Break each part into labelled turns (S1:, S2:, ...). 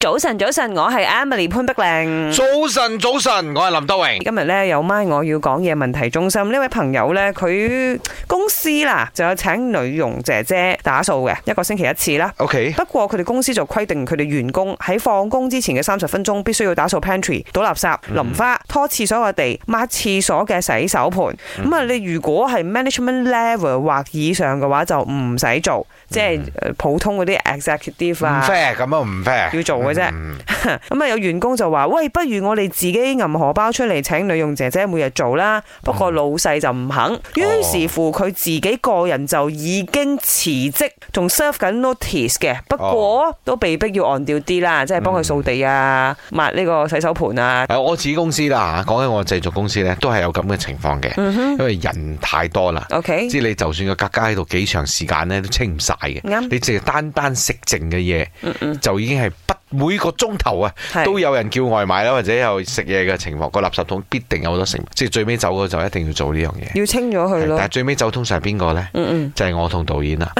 S1: 早晨，早晨，我係 Emily 潘碧玲。
S2: 早晨，早晨，我系林德荣。
S1: 今日咧有咪我要講嘢問題中心呢位朋友咧，佢公司啦就有請女佣姐姐打掃嘅，一個星期一次啦。
S2: O K，
S1: 不過佢哋公司就規定佢哋員工喺放工之前嘅三十分鐘必須要打掃 pantry、倒垃圾、淋花、拖廁所嘅地、抹廁所嘅洗手盆。咁啊、你如果係 management level 或以上嘅話，就唔使做，即係呃普通嗰啲
S2: 唔
S1: executive 啊。
S2: fair 咁啊，唔 fair。
S1: 要做嘅啫
S2: 嗯
S1: 咁啊有員工就話：喂，不如我哋自己揞荷包出嚟請女佣姐姐每日做啦。不
S2: 嗯
S1: 過老細就唔
S2: 哦
S1: 肯，於是乎佢自己個人就已經辭職，仲 serve 緊 notice 嘅。不
S2: 哦
S1: 過都被逼要 on 掉啲啦，即係幫佢掃地啊、
S2: 嗯
S1: 抹呢個洗手盆啊。
S2: 誒我自己公司啦嚇，講緊我製作公司咧，都係有咁嘅情況嘅，因為人太多啦。
S1: OK，
S2: 即係你就算個格格喺度幾長時間咧，都清唔晒嘅。
S1: 啱
S2: 你淨係單單食剩嘅嘢，就已經係不每個鐘頭啊，
S1: 嗯係
S2: 都有人叫外賣啦，或者有食嘢嘅情況。個垃圾桶必定有好多食物，即係最尾走嗰個就一定要做呢樣嘢。
S1: 要清咗佢
S2: 嗯係啊
S1: 咯
S2: 但係。最尾走通常係邊個咧？
S1: 嗯嗯，
S2: 就係我同導演啦。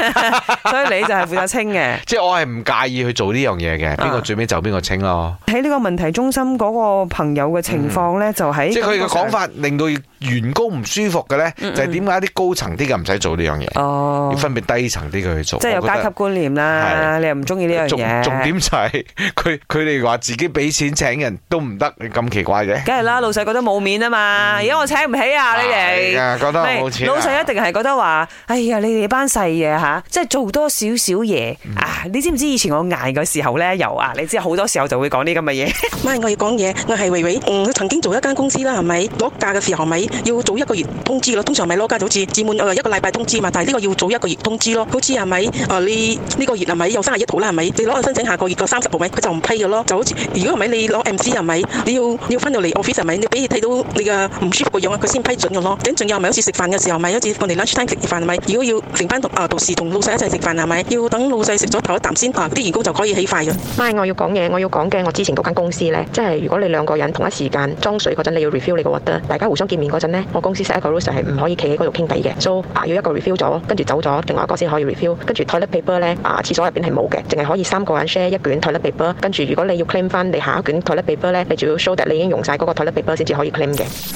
S1: 所以你就係負責清 嘅。
S2: 即係我係唔介意去做呢樣嘢嘅，邊個
S1: 啊
S2: 最尾就邊個清咯。
S1: 喺呢個問題中心嗰個朋友嘅情況呢，就喺
S2: 嗯即係佢嘅
S1: 感覺上嗯
S2: 講。法令到員工唔舒服嘅咧，就係點解啲高層啲嘅唔使做呢樣嘢，
S1: 哦
S2: 要，分別低層啲嘅去做。
S1: 即係有
S2: 我覺
S1: 階
S2: 得
S1: 級觀念啦，你又唔中意呢樣
S2: 重
S1: 嘢。
S2: 重點就係佢 佢哋話自己俾錢請人都唔得，咁奇怪嘅。
S1: 梗係啦，老細覺得冇面啊嘛，而家我請唔起啊你
S2: 係
S1: 哋。
S2: 啊覺得我
S1: 咪
S2: 冇錢啊。
S1: 老細一定係覺得話，哎呀，你哋班細嘢吓，即係做多少少嘢啊！你知唔知以前我捱嘅時候咧，有啊，你知好多時候就會講啲咁嘅嘢。
S3: 唔係，我要講嘢，我係維維。嗯，佢曾經做一間公司啦，係咪攞假嘅時候咪要早一個月通知咯？通常咪攞假就好似至滿哦誒一個禮拜通知嘛，但係呢個要早一個月通知咯。好似係咪誒你呢個月係咪有三十一號啦？係咪你攞去申請下個月個三十號咪佢就唔批嘅咯？就好似如果唔係你攞 MC 係咪你要你要翻到嚟 office 係咪你俾佢睇到你嘅唔舒服個樣啊，佢先批准嘅咯。咁仲有咪好似食飯嘅時候咪好似我哋 lunch time 食飯係咪？如果要成班同啊同事同老細一齊食飯係咪要等老細食咗頭一啖先啊啲員工就可以起筷嘅。
S4: 咪我要講嘢，我要講嘅，我之前嗰間公司呢，即係如果你兩個人同一時間裝水嗰陣，你要 refill 你個 water，大家互相見面嗰陣呢，我公司 set 一個 rule 就係唔可以企喺嗰度傾偈嘅，so 啊要一個 refill 咗，跟住走咗，另外一個先可以 refill，跟住 toilet paper 呢，啊廁所入邊係冇嘅，淨係可以三個人 share 一卷 toilet paper，跟住如果你要 claim 翻你下一卷 toilet paper 呢，你就要 show that 你已經用晒嗰個 toilet paper 先至可以 claim 嘅。